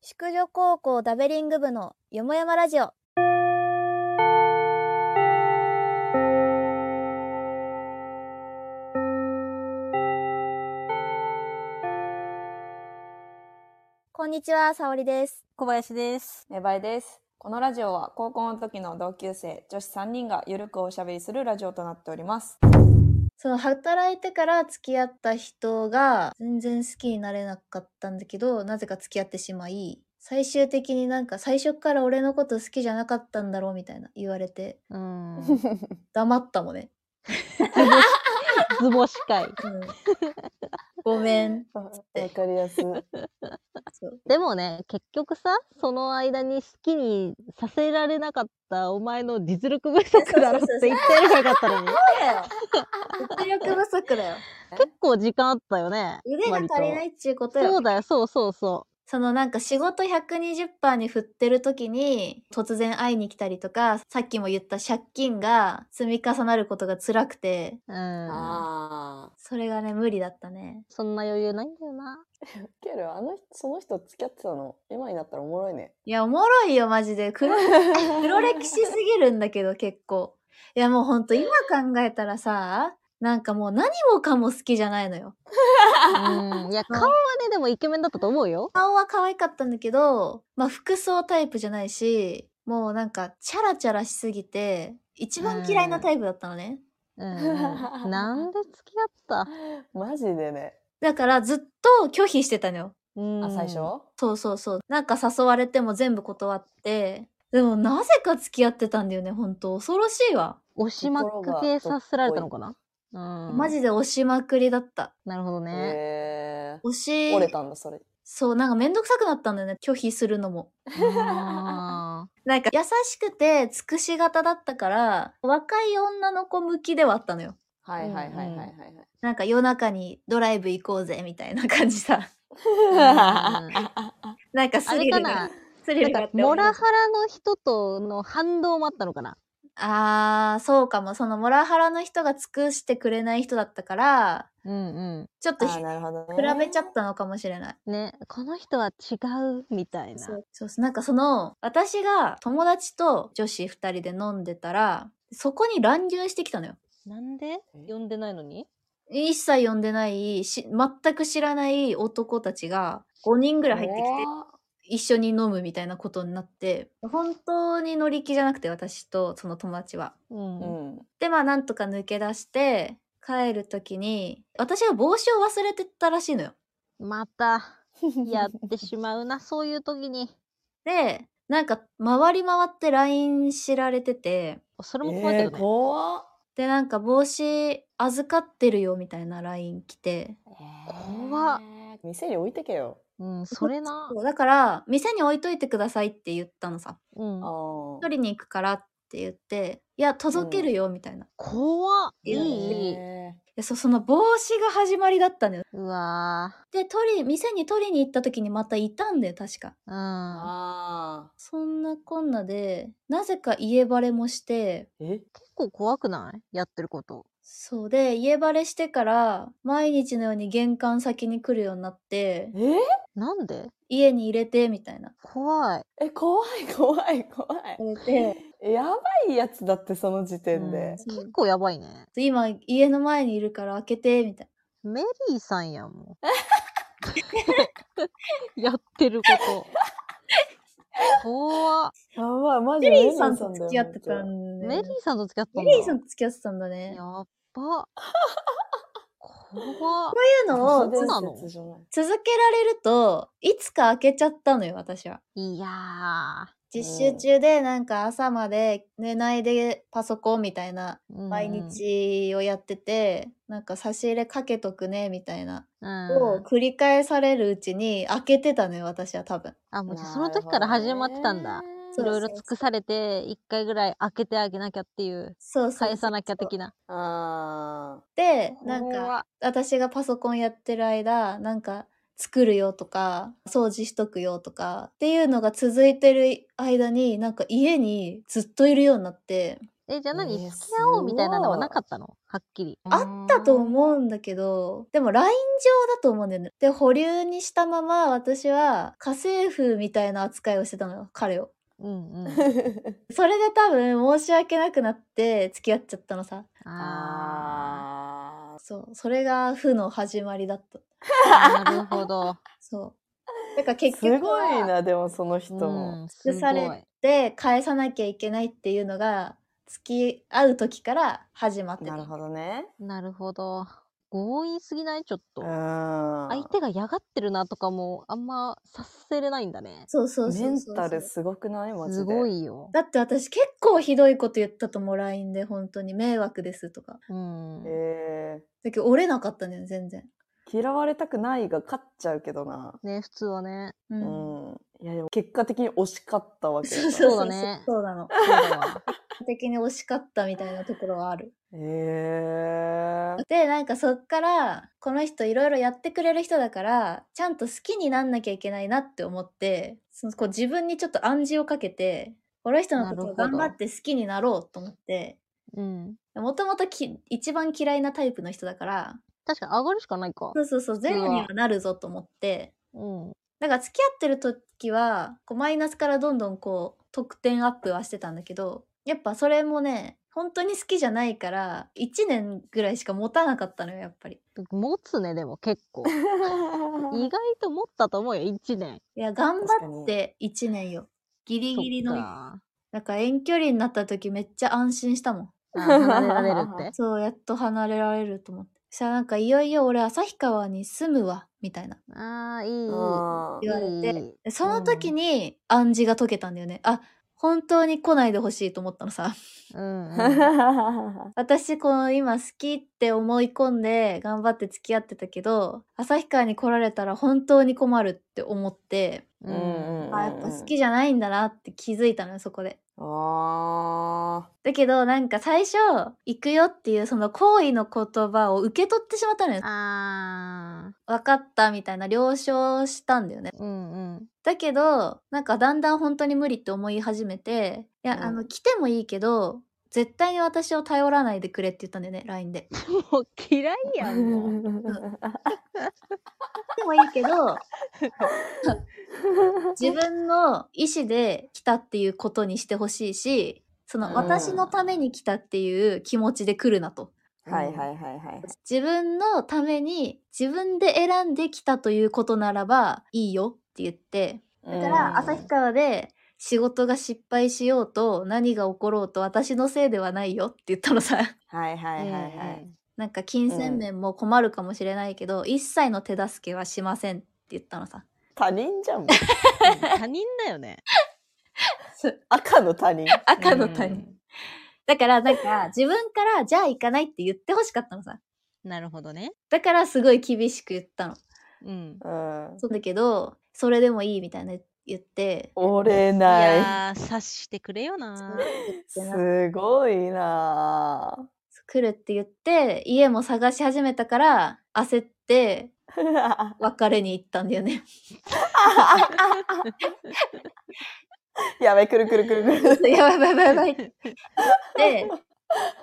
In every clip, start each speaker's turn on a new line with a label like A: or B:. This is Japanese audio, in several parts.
A: 宿女高校ダベリング部のよもやまラジオ。こんにちは、さおりです。
B: 小林です。
C: 芽生えです。このラジオは高校の時の同級生女子3人がゆるくおしゃべりするラジオとなっております。
A: その働いてから付き合った人が全然好きになれなかったんだけど、なぜか付き合ってしまい、最終的になんか最初から俺のこと好きじゃなかったんだろうみたいな言われて、
B: うん。
A: 黙ったもんね。
B: 図星会。
A: うん、ごめん。
C: わかりやすい。
A: そう
B: でもね、結局さ、その間に好きにさせられなかったお前の実力不足だろって言ってやればよかったの に。
A: 実力不足だよ。
B: 結構時間あったよね。
A: 腕が足りないいっちゅうことよ。
B: そうだよ、そうそうそ
A: そのなんか仕事120%に振ってる時に突然会いに来たりとか、さっきも言った借金が積み重なることが辛くて、
B: う。うん。
C: ああ。
A: それがね、無理だったね。
B: そんな余裕ないんだ よな。
C: ケル、あの人、その人付き合ってたの、今になったらおもろいね。
A: いや、おもろいよ、マジで。黒黒歴史すぎるんだけど、結構。いや、もうほんと今考えたらさ、なんかもう何もかも好きじゃないのよ。
B: うん。いや、顔はね、でもイケメンだったと思うよ。
A: 顔は可愛かったんだけど、まあ服装タイプじゃないし、もうなんかチャラチャラしすぎて、一番嫌いなタイプだったのね。
B: うんうん。なんで付き合った
C: マジでね。
A: だからずっと拒否してたのよ。
B: うん。
C: あ、最初
A: そうそうそう。なんか誘われても全部断って、でもなぜか付き合ってたんだよね、ほんと。恐ろしいわ。
B: 押しまくけさせられたのかなうん。
A: マジで押しまくりだった。
B: なるほどね。
C: へえ
A: 押し、
C: 折れたんだ、それ。
A: そう、なんかめんどくさくなったんだよね、拒否するのも。
B: あ
A: なんか優しくて尽くし型だったから、若い女の子向きではあったのよ。
C: はいはいはいはいはい
A: なんか夜中にドライブ行こうぜみたいな感じさ。
C: はい。
B: ー
A: なんか
B: あ
A: ス
B: れ
A: リ
B: か
A: ル
B: な
A: が、スリ
B: な
A: ル
B: ん
A: があ
B: か
A: って
B: モラハラの人との反動もあったのかな
A: あー、そうかも。そのモラハラの人が尽くしてくれない人だったから、
B: うん
A: ちょっ
C: あ
A: とひ
C: ー
A: 比
C: なるほどね。
A: べちゃったのかもしれない。
B: うん。ね、この人は違うみたいな。
A: そうそうそうなんかその、私が友達と女子二人で飲んでたら、そこに乱入してきたのよ。
B: なんで呼んでないのに
A: 一切呼んでないし、全く知らない男たちが5人ぐらい入ってきて、一緒に飲むみたいなことになって、本当に乗り気じゃなくて私とその友達は。
B: う。
C: うんん。
A: で、まあなんとか抜け出して、帰るときに、私が帽子を忘れてったらしいのよ。
B: また、やってしまうな、 そういう時に。
A: で、なんか回り回って LINE 知られてて、
B: それも怖い
C: え
B: け
C: ー、
B: どね。
C: 怖っ。
A: で、なんか帽子預かってるよみたいな LINE 来て、
B: 怖っ
C: えー店に置いてけよ。
B: うん、それな。
A: そうだから、店に置いといてくださいって言ったのさ。
B: うん。
C: ああ。
A: 取りに行くからって言って、いや、届けるよみたいな。い
B: 怖っいい、いい。
C: え
A: やそその帽子が始まりだったのよ。
B: うわ
A: で、取り、店に取りに行った時にまたいたんだよ、確か。
B: ーうん。
C: ああ。
A: そんなこんなで、なぜか家バレもして、
C: え
B: 結構怖くないやってること。
A: そうで、家バレしてから、毎日のように玄関先に来るようになって、
C: え
B: なんで
A: 家に入れて、みたいな。
B: 怖い。
C: え、怖い 怖い怖い。
A: 入れて、
C: やばいやつだってその時点で。
A: そう
B: 結構やばいね。
A: 今、家の前にいるから開けて、みたい
B: メリーさんやんも う。やってること。怖っ
C: やばい、マジ
A: な。メ
C: で
A: リーさんと
C: メ
A: 付き合ってた
C: 本
A: んだ
B: メ
A: よ
B: リーさんと付き合った
A: メ
B: んだ。
A: リーさんと付き合ってたんだね。
B: やっば。怖っ
A: そういう
C: 当
A: のを
B: そう
A: 続
B: なの
C: 都市伝説じゃない
A: けられると、いつか開けちゃったのよ、私は。
B: いや
A: 実習中でなんか朝まで寝ないでパソコンみたいな
B: ー。
A: 毎日をやってて、なんか差し入れかけとくねみたいな、
B: うん。う
A: を
B: ん
A: 繰り返されるうちに開けてたのよ私は多分
B: あ、もうじゃあその時から始まってたんだ。。
A: そ
B: いうろいろ尽くされて、一回ぐらい開けてあげなきゃっていう、
A: そうそう
B: 返さなきゃ的な。
C: あ
A: でなんか
B: 怖っ、
A: 私がパソコンやってる間なんか作るよとか掃除しとくよとかっていうのが続いてる間になんか家にずっといるようになって
B: ええ、じゃあ何、
C: えー
B: 付き合おうみたいなのは
C: すごい
B: なかったのはっきり。
A: あったと思うんだけど、でも LINE 上だと思うんだよね。で、保留にしたまま私は家政婦みたいな扱いをしてたのよ、彼を。
B: うんうん。
A: それで多分申し訳なくなって付き合っちゃったのさ。
B: あ
C: あ
A: そう。それが負の始まりだった。
B: あ、なる ほど。
A: そう。だから
C: ー
A: 結
C: す
A: 局
C: ごい
A: は、
C: なでもその人も、
B: うん、すごい。
A: されで返さなきゃいけないっていうのが、付き合う時から始まって
C: なるほどね
B: なるほど。強引すぎないちょっと。相
C: 相
B: 手が嫌がってるなとかもあんま察せれないんだね。
A: そうそう
C: メ
A: そう
C: ン
A: そう
C: タルすごくないマジです
B: ごいよ。
A: だって私結構ひどいこと言ったとも LINE で本当に迷惑ですとか。
B: うん。
C: え
A: だけど折れなかったんだよね全然。
C: ー嫌われたくないが勝っちゃうけどな
B: ね、普通はね。
A: う。
C: うんん、いやでも結果的に惜しかったわけだか
A: そうそうそうう
B: そ
C: ら
B: だね
A: そうなの。
B: そうだわ
A: 的に惜しかったみたいなところはある。
C: えー、
A: で、なんかそっから、この人いろいろやってくれる人だから、ちゃんと好きになんなきゃいけないなって思って、そのこう自分にちょっと暗示をかけて、この人のことを
B: なるほ
A: 頑
B: ど
A: 張って好きになろうと思って、
B: うん。
A: もともとき一番嫌いなタイプの人だから、
B: 確かに上がるしかないか
A: そ。うそうそう、ゼロにはなるぞと思って、
B: うん。
A: だから付き合ってる時はこうマイナスからどんどんこう得点アップはしてたんだけどやっぱそれもね本当に好きじゃないから1年ぐらいしか持たなかったのよやっぱり
B: 持つね、でも結 構。意外と持ったと思うよ、1年。
A: いや 頑張って1年よギリギリ
B: そっ
A: の
B: か
A: なんか遠距離になった時めっちゃ安心したもん
B: あ離れられる って。
A: そうやっと離れられると思ってそしたらなんかいよいよ俺旭川に住むわみたいな
B: ああ、いいいい。
C: あ
A: 言われて
B: いい
A: でその時に暗示が解けたんだよね、あ本当に来ないでほしいと思ったのさ
B: うんうん、
A: 私この今好きって思い込んで頑張って付き合ってたけど旭川に来られたら本当に困るって思って、
C: うんうんうん
A: あやっぱ好きじゃないんだなって気づいたのよそこで。
C: あ
A: だけどなんか最初「行くよ」っていうその好意の言葉を受け取ってしまったのよ。
B: あ
A: 分かったみたいな了承したんだよね。
B: ーうんうん。
A: だけどなんかだんだん本当に無理って思い始めて「いや、
C: うん
A: あの来てもいいけど絶対に私を頼らないでくれ」って言ったんだよね LINE で。
B: もう嫌い やん、 もう。
C: ー
A: でもいいけ ど自分の意思で来たっていうことにしてほしいしその
C: うん
A: 私のために来たっていう気持ちで来るなと、
C: はいはいはいはい
A: 自分のために自分で選んできたということならばいいよって言ってだから旭川で仕事が失敗しようと何が起ころうと私のせいではないよって言ったのさ
C: はいはいはいはい、
A: なんか金銭面も困るかもしれないけど、一切の手助けはしませんって言ったのさ
C: 他人じゃんもう
B: うん他人だ よね。
C: 赤の他人
A: 赤の他人、
B: うん
A: だから、なんか、自分から、じゃあ行かないって言ってほしかったのさ。
B: なるほどね。
A: だから、すごい厳しく言ったの。
B: うん。
C: うん
A: そうだけど、それでもいいみたいな言って、
C: 折れ
B: い
C: ない
B: やー、察してくれ よな。
C: すごいなあ
A: 来るって言って、家も探し始めたから、焦って、別れに行ったんだよね。
C: やべくるくるくるくる
A: や ばいやばいやばいやばいって言って。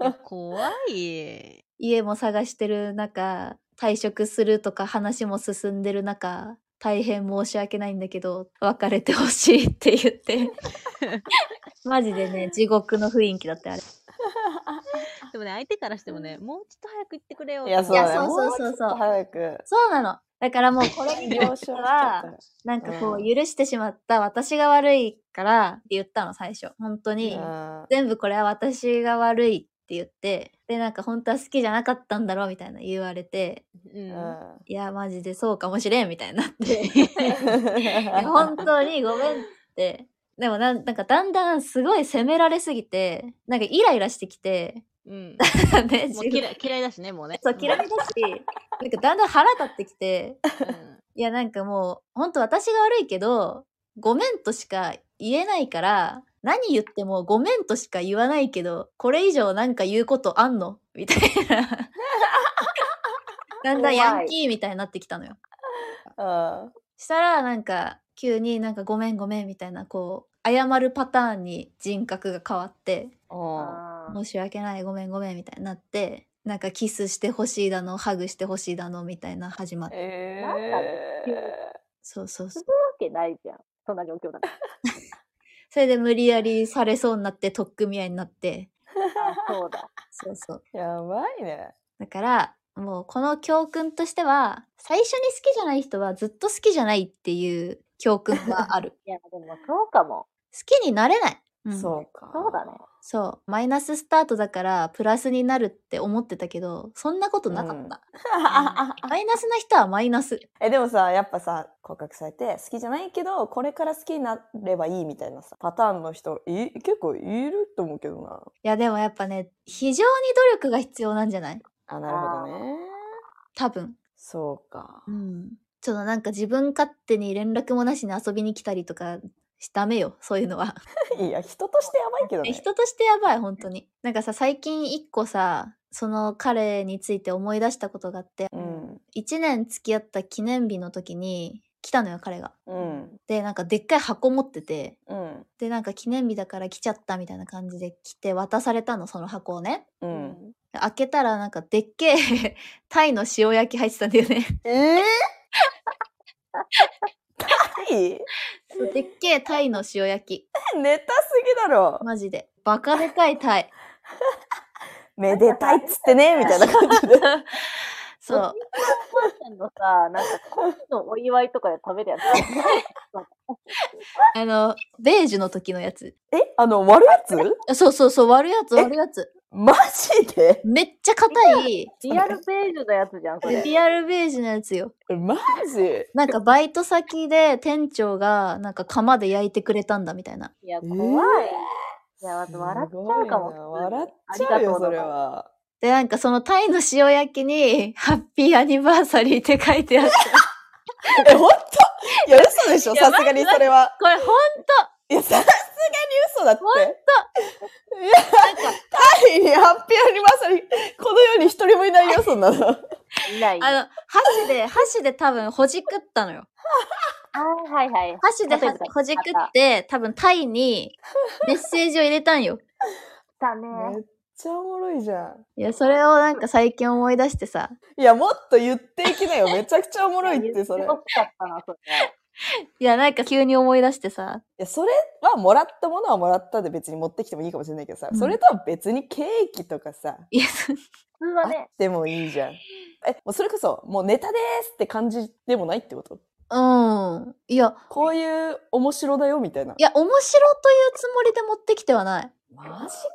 B: いや怖 い。
A: 家も探してる中、退職するとか話も進んでる中、大変申し訳ないんだけど、別れてほしいって言って。マジでね、地獄の雰囲気だったよあれ。
B: でもね、相手からしてもね、もうちょっと早く行ってくれよ。
C: いやそうだね
A: いやそうそうそうそう
C: もちょっと早く
A: そうなの。だからもうこれに
C: 了
A: 関
C: 承し
A: し
C: ち
A: て
C: ゃった
A: は
C: か、
A: なんかこう、
C: うん
A: 許してしまった私が悪いからって言ったの、最初。本当に。
C: ら
A: 全部これは私が悪いって言って、で、なんか本当は好きじゃなかったんだろうみたいな言われて、
B: うん。うん
C: うん
A: いや、マジでそうかもしれんみたいにな って。いや 本
C: 本
A: 当にごめんって。でもなんなんかだんだんすごい責められすぎて、なんかイライラしてきて、
B: うん。
A: ね、
B: も
A: 自
B: う
A: 分
B: 嫌い 嫌いだしね、もうね。
A: そう嫌いだし、なんかだんだん腹立ってきて、
B: うん
A: いやなんかもう、本当私が悪いけど、ごめんとしか言えないから、何言ってもごめんとしか言わないけど、これ以上なんか言うことあんの みたいな。だんだんヤンキーみたいになってきたのよ。
C: うん
A: したらなんか急になんかごめんごめんみたいなこう謝るパターンに人格が変わって
C: うん
A: 申し訳ない、ごめんごめんみたいになって、なんかキスしてほしいだの、ハグしてほしいだのみたいな始まって、
C: え
D: なんか急に
A: そうそうそう。
D: わけないじゃん。そんな状況だから。
A: それで無理やりされそうになって、取っ組み合いになって、
D: あそうだ。
A: そうそう。
C: ー、やばいね。
A: だから、もうこの教訓としては、最初に好きじゃない人はずっと好きじゃないっていう教訓があ る。
D: いや、でもそうかも。
A: 好きになれない。うん
C: そうか。
D: そうだね。
A: そう。マイナススタートだから、プラスになるって思ってたけど、そんなことなかった。マイナスな人はマイナス。
C: え、でもさ、やっぱさ、告白されて、好きじゃないけど、これから好きになればいいみたいなさ、パターンの人、い結構いると思うけどな。
A: いや、でもやっぱね、非常に努力が必要なんじゃない
C: あ、なるほどね。
A: 多分。
C: そうか。
A: ん。ちょっとなんか自分勝手に連絡もなしに遊びに来たりとか、しダメよ、そういうのは。
C: いや、人としてやばいけどね。
A: 人としてやばい、本当に。なんかさ、最近一個さ、その彼について思い出したことがあって、
C: うん。
A: 1年付き合った記念日の時に来たのよ、彼が。
C: うん。
A: で、なんかでっかい箱持ってて、
C: うん。
A: で、なんか記念日だから来ちゃったみたいな感じで来て渡されたの、その箱をね。
C: うん。
A: 開けたらなんかでっけえ タイの塩焼き入ってたんだよね。
C: ええー
A: そうでっけえタイの塩焼き。
C: ネタすぎだろ
A: マジで。バカでかいタ イ。
C: めでたいっつってねみたいな感じで
A: そ
D: お
A: う。
D: ばあちゃんのさ、なんか、婚期のお祝いとかで食べるやつ。
A: あの、ベージュの時のやつ。
C: えあの割るやつ
A: あそうそうそう、割るやつ、割るやつ。
C: マジで
A: めっちゃ硬い、
D: リアルベージュのやつじゃん、それ。
A: リアルベージュのやつよ。
C: マジ
A: なんかバイト先で店長がなんか釜で焼いてくれたんだみたいな。
D: いや、
C: えー
D: 怖い。いや、私笑っちゃうかも。
C: す
D: 普通に
C: ごいな笑っちゃうよそれ。は
A: で、なんかそのタイの塩焼きに、 ハッピーアニバーサリーって書いてあって。
C: え本当いや嘘でしょ
A: いや
C: さすがにそれは
A: これほん
C: いやさすがに嘘だって
A: ほん
C: タイにハッピーアニバーサリーこの世に一人もいないよそんな
D: あ
C: の
D: りがとうございますいない。
A: あの、箸で、箸で多分ほじくったのよ。
D: あーはいはい。
A: 箸で
D: 例えば
A: はほじくって、多分タイにメッセージを入れたんよ。
D: だね。
C: めっちゃおもろいじゃん
A: いや、それをなんか最近思い出してさ、
C: いやもっと言っていきなよめちゃくちゃおもろいってそれ
D: すごかったな、それ。
A: いや、なんか急に思い出してさ、
C: いや、それはもらったものはもらったで別に持ってきてもいいかもしれないけどさ、
A: うん
C: それとは別にケーキとかさ、
A: いや、そ
D: 普通
C: あ
D: は
C: っ
D: ね、
C: てもいいじゃん。え、もうそれこそ、もうネタですって感じでもないってこと
A: うん。いや、
C: こういう面白だよみたいな。
A: いや、面白というつもりで持ってきてはない。
C: マジ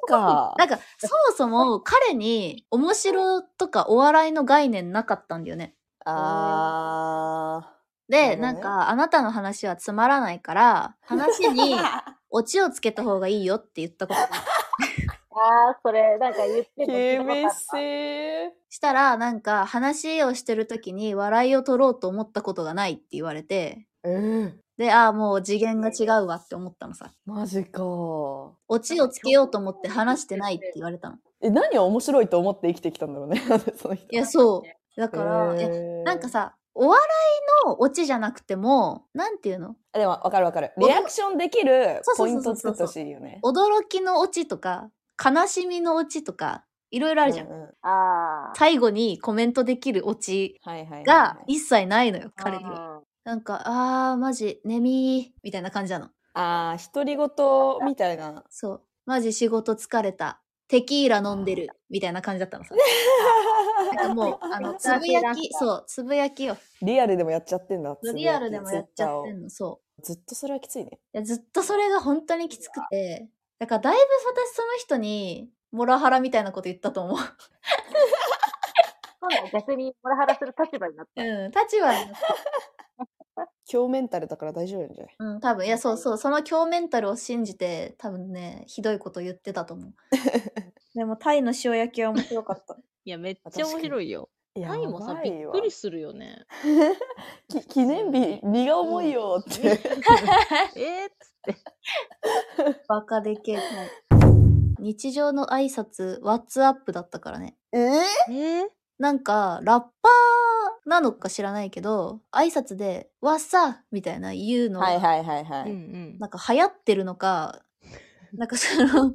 C: か。
A: なんか、そもそも彼に面白とかお笑いの概念なかったんだよね。
C: あ
A: で、な
C: なる
A: ん
C: ほどね
A: か、あなたの話はつまらないから、話 にオチをつけた方がいいよって言ったことがあって
D: ああ、それ、なんか言って
C: ー。
D: も
C: 厳し
D: い。
C: い。
A: したら、なんか、話をしてる時に笑いを取ろうと思ったことがないって言われて、
C: えー、
A: で、ああ、もう次元が違うわって思ったのさ。
C: マジか。
A: オチをつけようと思って話してないって言われたの。
C: え、何を面白いと思って生きてきたんだろうね。 なんでその人。
A: いや、そう。だから、
C: え
A: え
C: ー
A: なんか、さ、お笑いのオチじゃなくても、なんていうの
C: でもわかるわかる。リアクションできる
A: そうそ
C: ポ
A: う
C: イ
A: そう
C: ン
A: そ
C: ト
A: うそう
C: を作ってほしいよね。
A: 驚きのオチとか、悲しみのオチとか、いろいろあるじゃん。
C: うんうん
D: ああ。
A: 最後にコメントできるオチ
C: はいはいはいはい
A: が一切ないのよ、彼には。
D: は。
A: なんか、あー、マジ、眠い、みたいな感じなの。
C: ああ、独り言みたいな。
A: そう。マジ仕事疲れた。テキーラ飲んでる、みたいな感じだったのさ。なんかもう、あ の、つぶやき、そう、つぶやきよ。
C: リアルでもやっちゃってんだ。
A: リアルでもやっちゃって
C: ん
A: んの、そう。
C: ずっとそれはきついね。
A: いやずっとそれが本当にきつくて、だからだいぶ私その人に、モラハラみたいなこと言ったと 思う。
D: 今度逆にモラハラする立場になった。
A: うん、立場になった。
C: 強メンタルだから大丈夫なんじゃない
A: うん、多分、いや、そうそう、その強メンタルを信じて、多分ね、ひどいこと言ってたと 思う。でも、タイの塩焼きは面白かった。
B: いや、めっちゃ面白いよ。
C: や
B: タイもさ、
C: ば
B: び
C: い
B: っ
C: わ
B: くりするよね。
C: き記念日、荷が重い よって。
B: えー、
A: バカでけえタイ。日常の挨拶、ワッツアップだったからね。
C: えー
B: えー、
A: なんか、ラッパーなのか知らないけど、挨拶で、わっさみたいな言うの、
C: はいはいはいは
B: うんう
C: い。
B: ん。
A: なんか流行ってるのか、なんかその、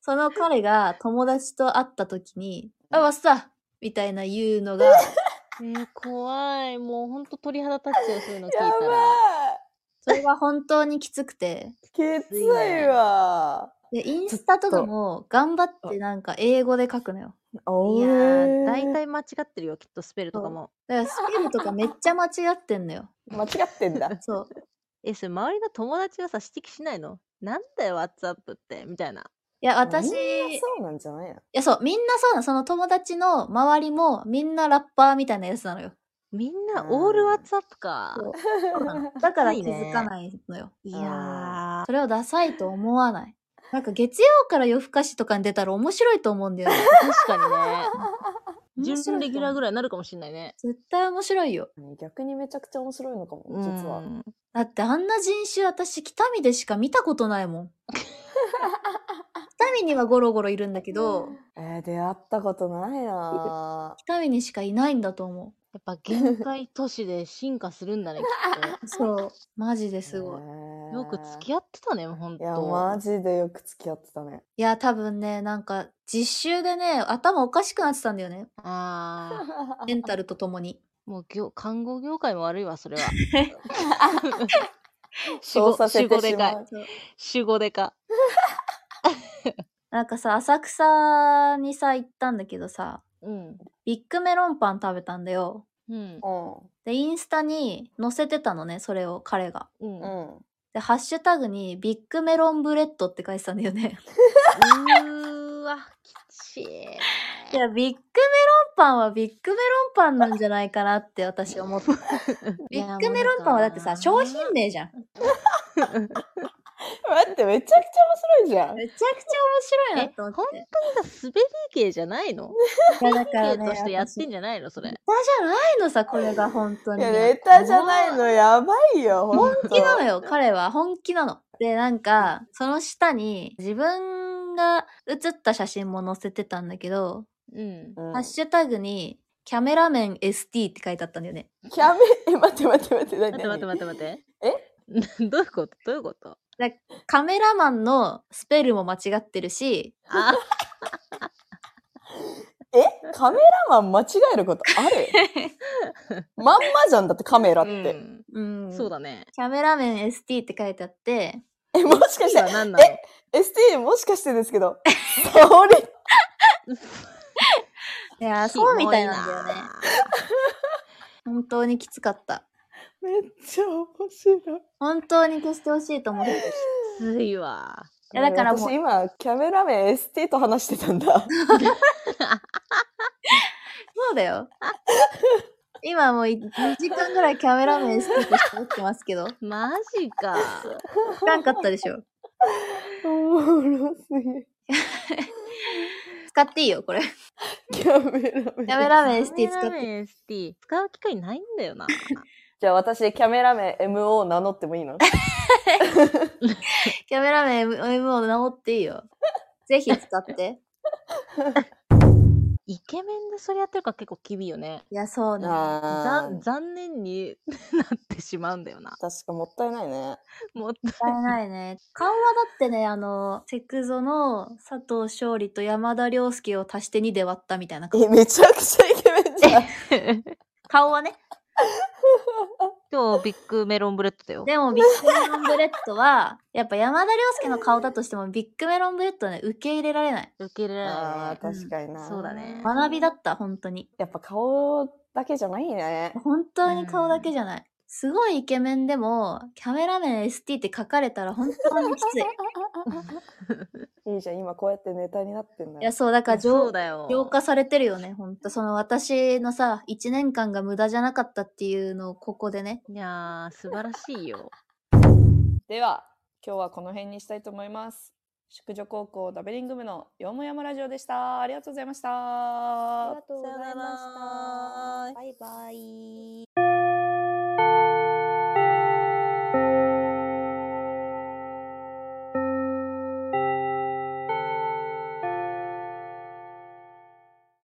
A: その彼が友達と会った時に、あ、わっさみたいな言うのが、
B: えー、怖い。もうほんと鳥肌立っちゃう、そういうの聞いた
C: や
B: ら。
A: それが本当にきつくて。
C: ばいきついわ
A: で、インスタとかも頑張ってなんか英語で書くのよ。
C: お
B: いやー、大
C: い
B: 体間違ってるよ、きっとスペルとかも。
A: だからスペルとかめっちゃ間違ってんのよ。
C: 間違ってんだ
A: そう。
B: え、それ周りの友達がさ、指摘しないのなんだよ、WhatsApp って、みたいな。
A: いや、 私、
C: みんないそうなんじゃないの
A: や、そう、みんなそうなのその友達の周りもみんなラッパーみたいなやつなのよ。
B: みん
C: う
B: な、
C: ん
B: オール WhatsApp か。
A: そうそうなのだから
B: き
A: 気
B: ついね
A: づかないのよ。
B: いや
A: それをダサいと思わない。なんか月曜から夜更かしとかに出たら面白いと思うん だよね。
B: ー、確かにね。
A: 面白いと
B: 準
A: 思う
B: レギュラーぐらいになるかもしんないね。
A: 絶対面白いよ。
C: 逆にめちゃくちゃ面白いのかも、
B: うん
C: 実は。
A: だってあんな人種私北見でしか見たことない もん。北見にはゴロゴロいるんだけど、
C: えー、出会ったことないな
A: 北見にしかいないんだと思
B: やっぱ限界都市で進化するんだね、きっ
A: う。そう。 マジで
C: ぁ
A: すごい。
B: と。よく付き合ってたね、ほん
C: い
B: と。
C: や、マジでよく付き合ってた ね。
A: いや、多分ね、なんか実習でね、頭おかしくなってたんだよね。
B: あ
A: メンタルとともに。
B: ー、もう業、看護業界も悪いわ、それは。死
C: そう
B: 後
C: さ
B: 死
C: せ
B: 後
C: て
B: で
C: し
B: か
C: ま
B: い。
C: う。
A: そう
B: 死後でか。
A: なんかさ、浅草にさ、行ったんだけどさ、
B: うん。
A: ビッグメロンパン食べたんだよ。
B: うん。
A: で、インスタに載せてたのね、それを彼が。
B: うん。
C: う。
B: うん
C: うん。
A: で、ハッシュタグにビッグメロンブレッドって書いてたんだよ ね。
B: ーわ、きちい。
A: いや、ビッグメロンパンはビッグメロンパンなんじゃないかなって私思 った。ビッグメロンパンはだってさ、商品名じゃん。
C: 待って、めちゃくちゃ面白いじゃん。
A: めちゃくちゃ面白いなと思って。
B: 滑り系じゃないの
A: いや、だか
B: 系
A: らね、
B: としてやって
A: 私
B: んじゃないのそれ。
A: ネタじゃないのさ、これが本当
C: い
A: に。
C: や、ネタじゃないの、やばいよ、ほんと。
A: 本気なのよ、彼は。本気なの。で、なんか、その下に、自分が写った写真も載せてたんだけど、
B: うん。
C: うん
A: ハッシュタグに、キャメラメン ST って書いてあったんだよね。
C: キャメ、 え、待って待って待って、待
B: 待って待って待って待って。
C: え
B: え どういうことどういうこと
A: カメラマンのスペルも間違ってるし、
B: あ、
C: え、カメラマン間違えることあるまんまじゃんだってカメラっ
B: う
C: て。
B: ん。
A: うん。
B: そうだね。
A: キャメラメン ST って書いてあって、
C: え、もしか
B: 次
C: して
B: は、何な の
C: ST もしかしてですけど、それ
A: いやー、
B: キモ
A: そうみたいなんだよね。本当にきつかった。
C: めっちゃ面白い。
A: 本当に消してほしいと思って。
B: な。ついわ。
A: いやだからもう
C: 私今、キャメラメン ST と話してたんだ。
A: そうだよ。今もうい2時間ぐらいキャメラメン ST って喋ってますけど、
B: マジか。
A: 聞かんかったでしょ。
C: おもろすぎ。
A: 使っていいよ、これ。キ
C: キャメラメン。
A: ャメラメン ST
B: カメ
A: 使
B: ラ
A: って。
B: メン ST 使う機会ないんだよな。
C: じゃあ私、キャメラメン MO 名乗ってもいいの
A: キャメラメン MO 直っていいよ。ぜひ使って。
B: イケメンでそれやってるから結構厳いよね。
A: いや、そうなの。
C: あ
B: 残
C: ー
B: 残念に なってしまうんだよな。
C: 確かもったいないね。
B: も った
A: 使えないね。顔はだってね、あの、セクゾの佐藤勝利と山田涼介を足して2で割ったみたいな顔。
C: え、めちゃくちゃイケメン じゃん。
B: いない。
A: 顔はね。
B: 今日ビッグメロンブレッドだよ。
A: でもビッグメロンブレッドは、やっぱ山田涼介の顔だとしてもビッグメロンブレッドはね、受け入れられない。
B: 受け入れられない
C: あ
B: ね
C: ー、確かにな、
B: そうだね
A: 学びだった、本当に。
C: やっぱ顔だけじゃないね。
A: 本当に顔だけじゃない。すごいイケメンでも、キャメラメン ST って書かれたら本当にき つい。い
C: いいじゃん、今こうやってネタになってんだ
A: や、そう、だから
B: そ
A: 浄
B: うだよ。
A: 浄化されてるよね、本当その私のさ、1年間が無駄じゃなかったっていうのをここでね、
B: いやー、素晴らしいよ。
C: では、今日はこの辺にしたいと思います。宿女高校ダベリング部のよもやまラジオでした。ありがとうございました。
A: ありがとうございました。バイバイ。